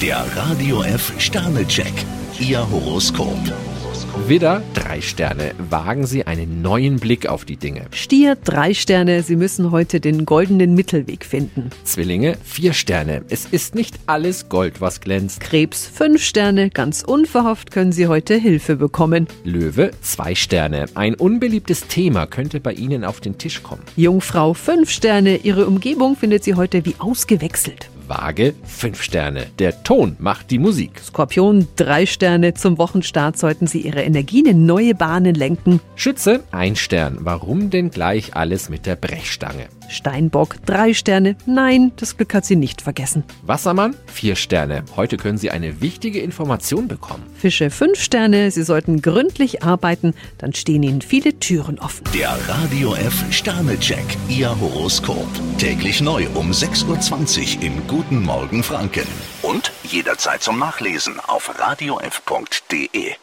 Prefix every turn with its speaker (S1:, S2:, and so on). S1: Der Radio F Sternecheck. Ihr Horoskop.
S2: Widder, drei Sterne. Wagen Sie einen neuen Blick auf die Dinge.
S3: Stier, drei Sterne, Sie müssen heute den goldenen Mittelweg finden.
S2: Zwillinge, vier Sterne. Es ist nicht alles Gold, was glänzt.
S3: Krebs, fünf Sterne, ganz unverhofft können Sie heute Hilfe bekommen.
S2: Löwe, zwei Sterne. Ein unbeliebtes Thema könnte bei Ihnen auf den Tisch kommen.
S3: Jungfrau, fünf Sterne, Ihre Umgebung findet Sie heute wie ausgewechselt.
S2: Waage, fünf Sterne. Der Ton macht die Musik.
S3: Skorpion, drei Sterne, zum Wochenstart sollten Sie Ihre Energien in neue Bahnen lenken.
S2: Schütze, ein Stern. Warum denn gleich alles mit der Brechstange?
S3: Steinbock, drei Sterne, nein, das Glück hat Sie nicht vergessen.
S2: Wassermann, vier Sterne. Heute können Sie eine wichtige Information bekommen.
S3: Fische, fünf Sterne, Sie sollten gründlich arbeiten, dann stehen Ihnen viele Türen offen.
S1: Der Radio F Sternecheck. Ihr Horoskop. Täglich neu um 6.20 Uhr im Guten Morgen Franken. Und jederzeit zum Nachlesen auf radiof.de.